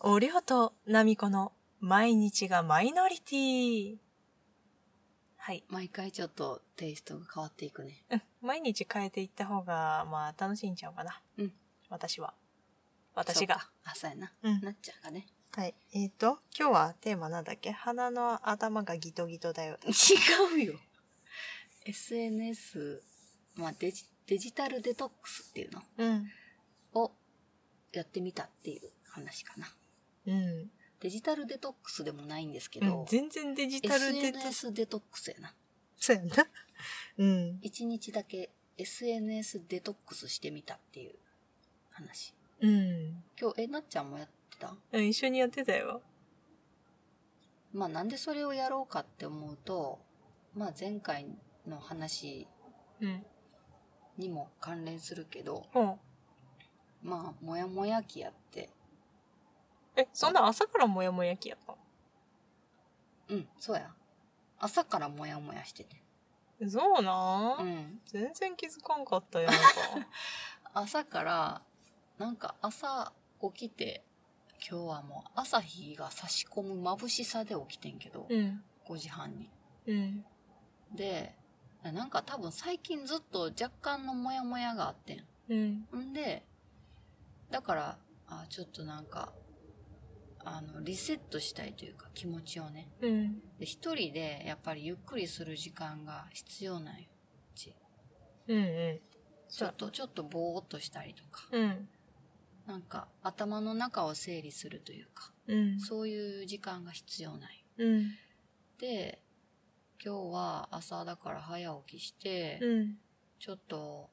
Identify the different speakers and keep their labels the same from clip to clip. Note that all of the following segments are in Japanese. Speaker 1: おりょうとなみこの毎日がマイノリティ。はい。
Speaker 2: 毎回ちょっとテイストが変わっていくね。
Speaker 1: うん毎日変えていった方が、まあ、楽しいんちゃうかな。
Speaker 2: うん。
Speaker 1: 私は。私が
Speaker 2: そう。か。あ、そうやな。
Speaker 1: うん
Speaker 2: なっちゃんがね。
Speaker 1: はい。えっ、と、今日はテーマなんだっけ鼻の頭がギトギトだよ。
Speaker 2: 違うよ。SNS、まあデジ、デジタルデトックスっていうの
Speaker 1: うん。
Speaker 2: をやってみたっていう話かな。
Speaker 1: うん。
Speaker 2: デジタルデトックスでもないんですけど、
Speaker 1: 全然デジタルで、
Speaker 2: SNS デトックスやな。
Speaker 1: そうやな。うん。
Speaker 2: 一日だけ SNS デトックスしてみたっていう話。
Speaker 1: うん。
Speaker 2: 今日、え、なっちゃんもやってた
Speaker 1: うん一緒にやってたよ。
Speaker 2: まあなんでそれをやろうかって思うと、まあ前回の話
Speaker 1: うん。
Speaker 2: にも関連するけど、
Speaker 1: ほ
Speaker 2: まあ、もやもや期やって、
Speaker 1: う。え、そんな朝からもやもやきやった
Speaker 2: うん、そうや。朝からもやもやしてて。
Speaker 1: のそうな、
Speaker 2: うんん。
Speaker 1: 全然気づかんかったやんか。
Speaker 2: 朝から、なんか朝起きて、今日はもう朝日が差し込む眩しさで起きてんけど、
Speaker 1: うん。
Speaker 2: 5時半に。
Speaker 1: うん。
Speaker 2: で、なんか多分最近ずっと若干のもやもやがあってん。
Speaker 1: うん。
Speaker 2: んで、だから、あちょっとなんか、あの、リセットしたいというか気持ちをね。
Speaker 1: うん。
Speaker 2: で一人でやっぱりゆっくりする時間が必要なんよ。うち
Speaker 1: うん。うん。
Speaker 2: ちょっと、ちょっとぼーっとしたりとか、
Speaker 1: うん。
Speaker 2: なんか頭の中を整理するというか、
Speaker 1: うん。
Speaker 2: そういう時間が必要なんよ。
Speaker 1: うん。
Speaker 2: で、今日は朝だから早起きして、
Speaker 1: うん。
Speaker 2: ちょっと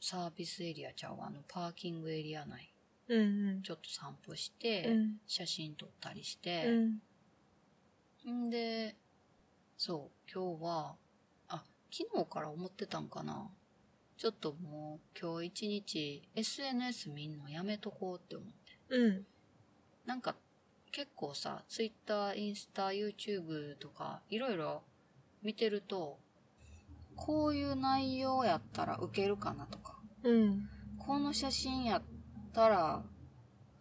Speaker 2: サービスエリアちゃうわあのパーキングエリア内、
Speaker 1: うん。
Speaker 2: ちょっと散歩して、
Speaker 1: うん。
Speaker 2: 写真撮ったりし
Speaker 1: う
Speaker 2: て、
Speaker 1: ん。
Speaker 2: んで、そう、今日は、あ、昨日から思ってたんかな。ちょっともう今日一日 SNS 見んのやめとこうって思って。
Speaker 1: うん。
Speaker 2: なんか結構さ、Twitter、インスタ、YouTube とかいろいろ見てると、こういう内容やったらウケるかなとか、
Speaker 1: うん。
Speaker 2: この写真やったら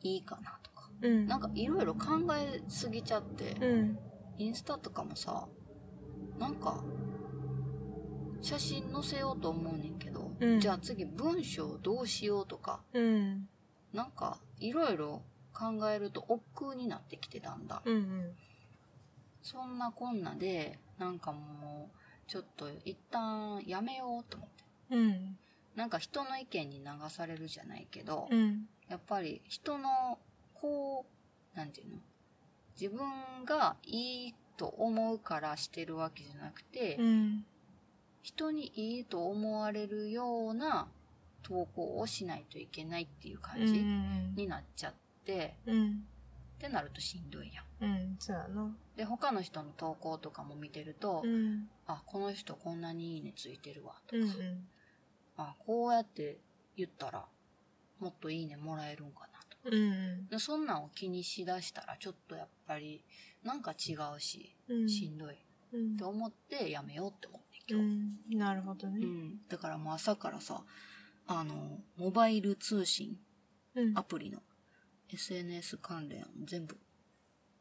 Speaker 2: いいかなとか、
Speaker 1: うん。
Speaker 2: なんかいろいろ考えすぎちゃって、
Speaker 1: うん。
Speaker 2: インスタとかもさなんか写真載せようと思うねんけど、
Speaker 1: うん
Speaker 2: じゃあ次文章どうしようとか
Speaker 1: うん。
Speaker 2: なんかいろいろ考えると億劫になってきてだんだん、
Speaker 1: うん。
Speaker 2: そんなこんなでなんかもうちょっと一旦やめようと思って
Speaker 1: うん。
Speaker 2: なんか人の意見に流されるじゃないけど、
Speaker 1: うん。
Speaker 2: やっぱり人のこうなんていうの自分がいいと思うからしてるわけじゃなくて、
Speaker 1: うん。
Speaker 2: 人にいいと思われるような投稿をしないといけないっていう感じ
Speaker 1: うん。
Speaker 2: になっちゃって、
Speaker 1: うん。
Speaker 2: ってなるとしんどいやん。
Speaker 1: うん。そうやな。
Speaker 2: で、他の人の投稿とかも見てると、
Speaker 1: うん。
Speaker 2: あ、この人こんなにいいねついてるわと
Speaker 1: う
Speaker 2: か、
Speaker 1: ん。
Speaker 2: あ、こうやって言ったらもっといいねもらえるんかなと。
Speaker 1: うん。
Speaker 2: で、そんなんを気にしだしたらちょっとやっぱりなんか違うし、
Speaker 1: うん。
Speaker 2: しんどいって思ってやめようって思って今日。
Speaker 1: うん。なるほど
Speaker 2: う
Speaker 1: ね。
Speaker 2: ん、だからもう朝からさあのモバイル通信
Speaker 1: うん。
Speaker 2: アプリの SNS 関連を全部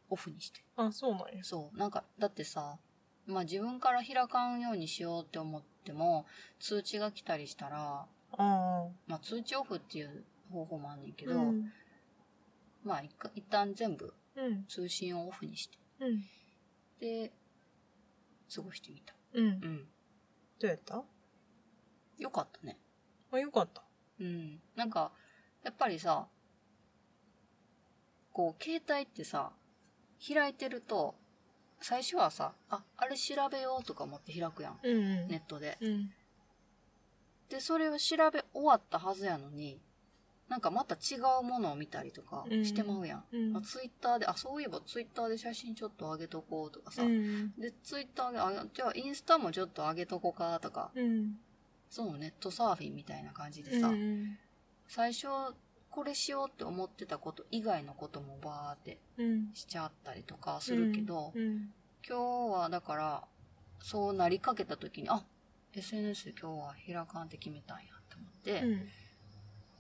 Speaker 2: オフにして
Speaker 1: あ、そうなんや。
Speaker 2: そうなんかだってさまあ自分から開かんようにしようって思っても通知が来たりしたら、
Speaker 1: ああ。
Speaker 2: まあ、通知オフっていう方法もあんねんけど、
Speaker 1: うん。
Speaker 2: まあ一回一旦全部
Speaker 1: うん。
Speaker 2: 通信をオフにして
Speaker 1: うん。
Speaker 2: で過ごしてみた
Speaker 1: うん。ど
Speaker 2: うん
Speaker 1: うやった
Speaker 2: よかったね
Speaker 1: あ、よかった。
Speaker 2: うん、なんかやっぱりさこう携帯ってさ開いてると最初はさああれ調べようとか思って開くやん
Speaker 1: うんうん。
Speaker 2: ネットで
Speaker 1: うん。
Speaker 2: でそれを調べ終わったはずやのになんかまた違うものを見たりとか
Speaker 1: うん
Speaker 2: してまうやん、
Speaker 1: うん
Speaker 2: あ。ツイッターであそういえばツイッターで写真ちょっと上げとこうとかさ、
Speaker 1: うん。
Speaker 2: でツイッターであじゃあインスタもちょっと上げとこかとか
Speaker 1: うん。
Speaker 2: そのネットサーフィンみたいな感じでさ、
Speaker 1: うん。
Speaker 2: 最初これしようって思ってたこと以外のこともバーって
Speaker 1: うん。
Speaker 2: しちゃったりとかするけど、
Speaker 1: うん。
Speaker 2: 今日はだからそうなりかけた時にあ SNS 今日は開かんって決めたんやって思って、
Speaker 1: うん。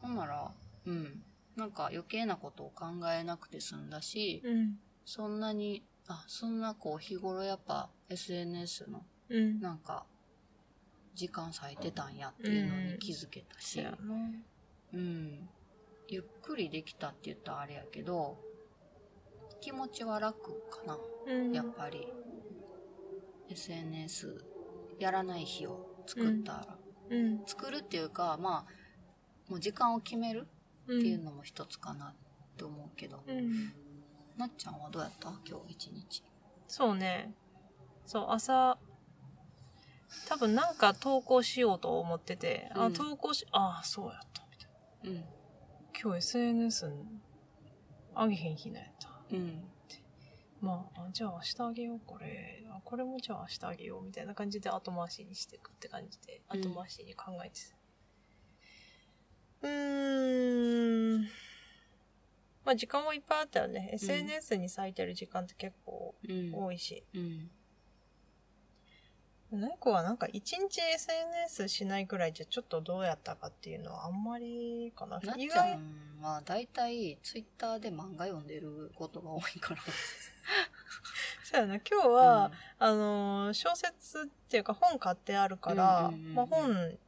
Speaker 2: ほんならうんなんか余計なことを考えなくて済んだし、
Speaker 1: うん。
Speaker 2: そんなに、あ、そんなこう日頃やっぱ SNS の
Speaker 1: うん。
Speaker 2: なんか時間割いてたんやっていうのに気づけたし、うん、ゆっくりできたって言ったらあれやけど、気持ちは楽かな、
Speaker 1: うん。
Speaker 2: やっぱり。SNS やらない日を作ったら、
Speaker 1: うん。
Speaker 2: 作るっていうか、まあ、もう時間を決める
Speaker 1: うん。
Speaker 2: っていうのも一つかなって思うけど、
Speaker 1: うん。
Speaker 2: なっちゃんはどうやった今日一日。
Speaker 1: そうね。そう、朝、多分なんか投稿しようと思ってて、
Speaker 2: う
Speaker 1: あ、
Speaker 2: ん
Speaker 1: 投稿し、ああ、そうやった、みたい
Speaker 2: うん。
Speaker 1: な。今日 SNS あげへん日なんやった。
Speaker 2: うん。
Speaker 1: まあ、あじゃあ明日あげよう、これ。あ、これもじゃあ明日あげよう、みたいな感じで後回しにしていくって感じで、
Speaker 2: うん
Speaker 1: 後回しに考えてた。うーん。まあ、時間もいっぱいあったよね。SNS に割いてる時間って結構
Speaker 2: うん。
Speaker 1: 多いし。
Speaker 2: うん。
Speaker 1: な子はなんか一日 SNS しないくらいじゃちょっとどうやったかっていうのはあんまりかな。
Speaker 2: なっ
Speaker 1: 意
Speaker 2: ちゃ
Speaker 1: 外
Speaker 2: んは大体ツイッターで漫画読んでることが多いから。
Speaker 1: そうやな。今日は、あのー小説っていうか本買ってあるから、
Speaker 2: うんうんうんうん
Speaker 1: まあ、本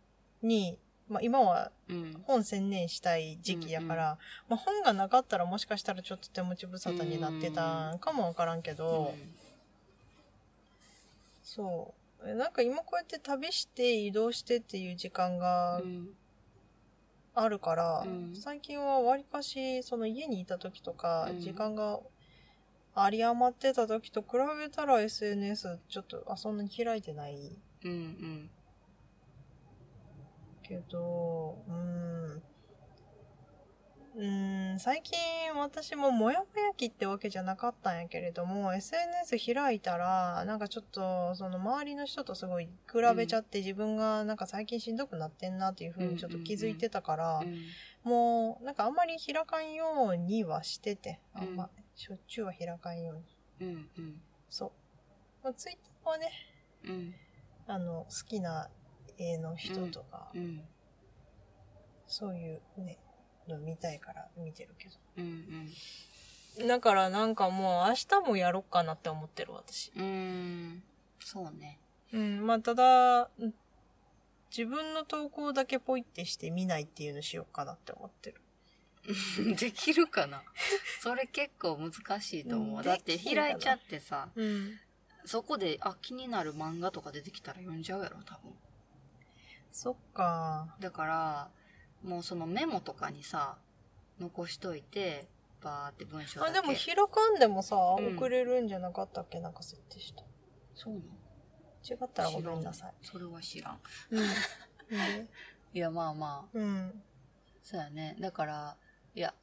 Speaker 1: に、まあ、今は
Speaker 2: うん、うん。
Speaker 1: 本専念したい時期やから、まあ、本がなかったらもしかしたらちょっと手持ち無沙汰になってたんかもわからんけど、そうえなんか今こうやって旅して移動してっていう時間が
Speaker 2: うん。
Speaker 1: あるから、
Speaker 2: うん
Speaker 1: 最近はわりかしその家にいた時とか
Speaker 2: うん
Speaker 1: 時間が有り余ってた時と比べたら SNS ちょっとあそんなに開いてない
Speaker 2: うん。うん。
Speaker 1: けどうーんうーん最近私もモヤモヤ期ってわけじゃなかったんやけれども SNS 開いたらなんかちょっとその周りの人とすごい比べちゃって自分がなんか最近しんどくなってんなっていうふうにちょっと気づいてたから、
Speaker 2: うん
Speaker 1: もうなんかあんまり開かんようにはしてて、あ
Speaker 2: うん
Speaker 1: んましょっちゅうは開かんように
Speaker 2: うん。うん。
Speaker 1: そう、まあ、ツイッターはね
Speaker 2: うん。
Speaker 1: あの好きな絵の人とか、
Speaker 2: うん。
Speaker 1: そういうねの見たいから見てるけ
Speaker 2: うん。
Speaker 1: どだからなんかもう明日もやろっかなって思ってる私
Speaker 2: うん。そうね。
Speaker 1: うんまあただうん自分の投稿だけポイってして見ないっていうのしようかなって思ってる
Speaker 2: できるかなそれ結構難しいと思
Speaker 1: う
Speaker 2: う。
Speaker 1: ん
Speaker 2: だって
Speaker 1: できるかな
Speaker 2: 開いちゃってさ、
Speaker 1: うん
Speaker 2: そこで、あ、気になる漫画とか出てきたら読んじゃうやろ、多分。
Speaker 1: そっか
Speaker 2: だから、もうそのメモとかにさ、残しといて、バーって文章だ
Speaker 1: あ
Speaker 2: け。
Speaker 1: でも開かんでもさ、
Speaker 2: うん
Speaker 1: 送れるんじゃなかったっけなんか設定した
Speaker 2: そうなの
Speaker 1: 違ったらごめんなさい。
Speaker 2: それは知らん。
Speaker 1: うん。
Speaker 2: いや、まあまあ、
Speaker 1: うん。
Speaker 2: そうやね。だから、いや、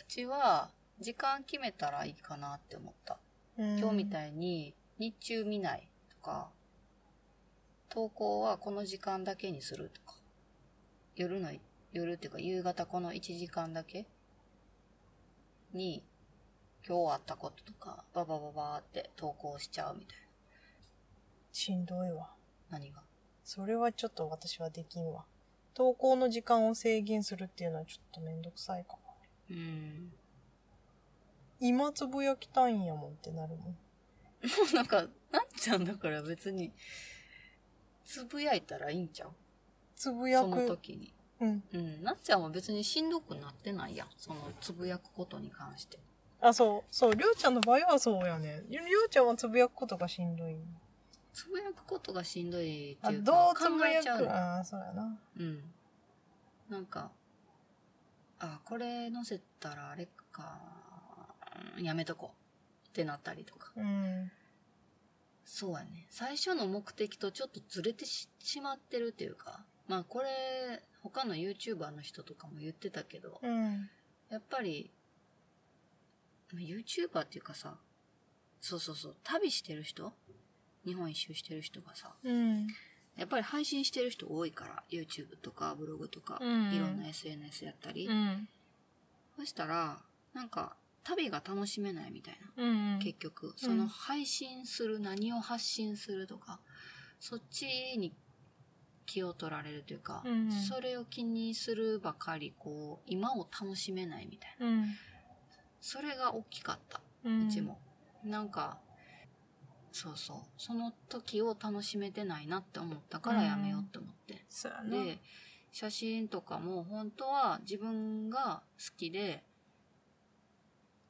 Speaker 2: うちは、時間決めたらいいかなって思った。
Speaker 1: うん
Speaker 2: 今日み
Speaker 1: い。
Speaker 2: たいに、日中見ないとか、投稿はこの時間だけにするとか、夜の、夜っていうか夕方この1時間だけに、今日あったこととか、ババババーって投稿しちゃうみたい
Speaker 1: しんどいわ。
Speaker 2: な。何が。
Speaker 1: それはちょっと私はできんわ。投稿の時間を制限するっていうのはちょっとめんどくさいかも。
Speaker 2: うん。
Speaker 1: 今つぶやきたいんやもんってなるもん。
Speaker 2: なんか、なっちゃんだから別に、つぶやいたらいいんちゃう
Speaker 1: つぶや
Speaker 2: その
Speaker 1: く。
Speaker 2: 時に。
Speaker 1: うん。
Speaker 2: うん。なっちゃんは別にしんどくなってないやん。その、つぶやくことに関して。
Speaker 1: あ、そう、そう、りょうちゃんの場合はそうやね。りょうちゃんはつぶやくことがしんどい。
Speaker 2: つぶやくことがしんどいって
Speaker 1: あ、
Speaker 2: いう
Speaker 1: ど
Speaker 2: か、
Speaker 1: うつぶや
Speaker 2: 考えちゃう
Speaker 1: く
Speaker 2: の。
Speaker 1: ああ、そうやな。
Speaker 2: うん。なんか、あ、これ載せたらあれか、うんやめとこうってなったりとか。
Speaker 1: うん。
Speaker 2: そうやね。最初の目的とちょっとずれてししまってるっていうか、まあこれ、他の YouTuber の人とかも言ってたけど、
Speaker 1: うん。
Speaker 2: やっぱり、まあ YouTuber っていうかさ、そうそうそう、旅してる人日本一周してる人がさ、
Speaker 1: うん。
Speaker 2: やっぱり配信してる人多いから、YouTube とかブログとか、
Speaker 1: うん
Speaker 2: いろんな SNS やったり、
Speaker 1: うん。
Speaker 2: そしたら、なんか、旅が楽しめないみたいな。
Speaker 1: うん。
Speaker 2: 結局、その配信する、何を発信するとか、そっちに気を取られるというか、
Speaker 1: うん
Speaker 2: それを気にするばかりこう今を楽しめないみたいな
Speaker 1: うん
Speaker 2: それが大きかった
Speaker 1: うん
Speaker 2: うちも、なんかそうそうその時を楽しめてないなって思ったからやめようって思って、
Speaker 1: そうやな
Speaker 2: で写真とかも本当は自分が好きで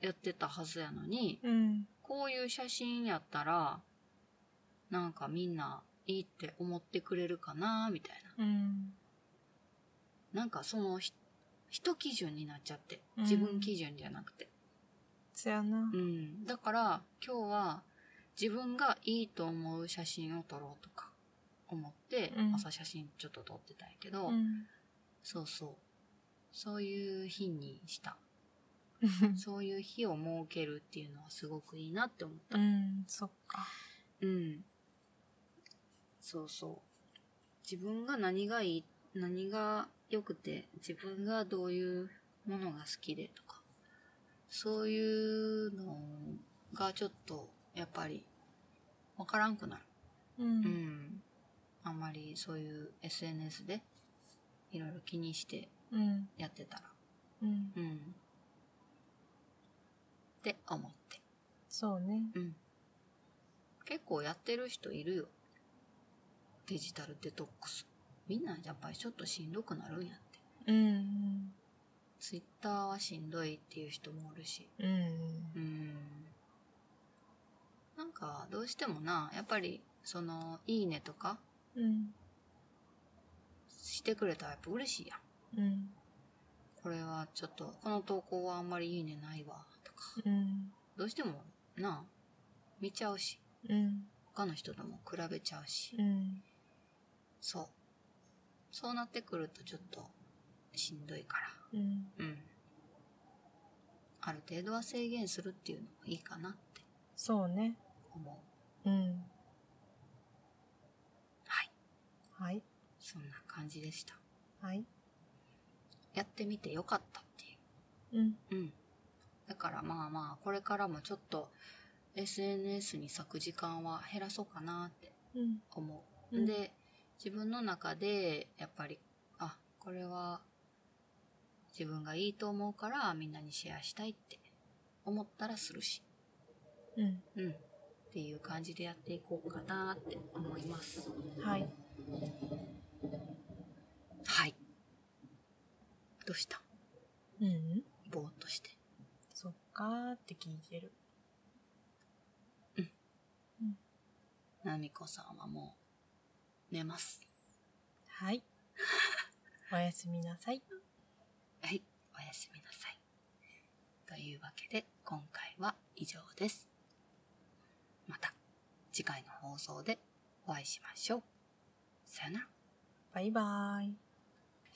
Speaker 2: やってたはずやのに
Speaker 1: うん
Speaker 2: こういう写真やったらなんかみんないいって思ってくれるかなみたいな
Speaker 1: うん
Speaker 2: なんかそのひ人基準になっちゃって
Speaker 1: うん
Speaker 2: 自分基準じゃなくて、
Speaker 1: そうやな
Speaker 2: うんだから今日は自分がいいと思う写真を撮ろうとか思って
Speaker 1: うん
Speaker 2: 朝写真ちょっと撮ってたんやけど、
Speaker 1: うん
Speaker 2: そうそうそういう日にしたそういう日を設けるっていうのはすごくいいなって思った
Speaker 1: うんそっか
Speaker 2: うんそうそう自分が何がいい何が良くて自分がどういうものが好きでとかそういうのがちょっとやっぱり分からんくなる
Speaker 1: う
Speaker 2: うんんあんまりそういう SNS でいろいろ気にして
Speaker 1: うん
Speaker 2: やってたら
Speaker 1: うん
Speaker 2: うんって思って
Speaker 1: そうね
Speaker 2: うん。結構やってる人いるよ。デジタルデトックス。みんなやっぱりちょっとしんどくなるんやっ
Speaker 1: う
Speaker 2: て。
Speaker 1: ん
Speaker 2: ツイッターはしんどいっていう人もおるし。
Speaker 1: うんうん
Speaker 2: うん。なんか、どうしてもな、やっぱり、その、いいねとか
Speaker 1: うん
Speaker 2: してくれたらやっぱ嬉しいやん。
Speaker 1: うん
Speaker 2: これはちょっと、この投稿はあんまりいいねないわ、とか。
Speaker 1: うん
Speaker 2: どうしてもな、見ちゃうし、
Speaker 1: うん
Speaker 2: 他の人とも比べちゃうし。
Speaker 1: うん
Speaker 2: そう。そうなってくるとちょっとしんどいか
Speaker 1: うん
Speaker 2: ら。うん。ある程度は制限するっていうのもいいかなって
Speaker 1: そうね
Speaker 2: 思う。
Speaker 1: うん
Speaker 2: はい。
Speaker 1: はい
Speaker 2: そんな感じでした。
Speaker 1: はい
Speaker 2: やってみてよかったってい
Speaker 1: うん
Speaker 2: う。うん。だからまあまあ、これからもちょっと SNS に咲く時間は減らそうかなって
Speaker 1: うん
Speaker 2: 思う。
Speaker 1: うん
Speaker 2: で、自分の中で、やっぱり、あ、これは自分がいいと思うからみんなにシェアしたいって思ったらするし、
Speaker 1: うん
Speaker 2: うん。っていう感じでやっていこうかなって思います。
Speaker 1: はい
Speaker 2: はい。どうした
Speaker 1: うん
Speaker 2: ぼーっとして。
Speaker 1: そっかーって聞いてる
Speaker 2: なみこさんはもう寝ます。
Speaker 1: はいおやすみなさい
Speaker 2: はい。おやすみなさい。というわけで、今回は以上です。また次回の放送でお会いしましょう。さよなら。
Speaker 1: バイバーイ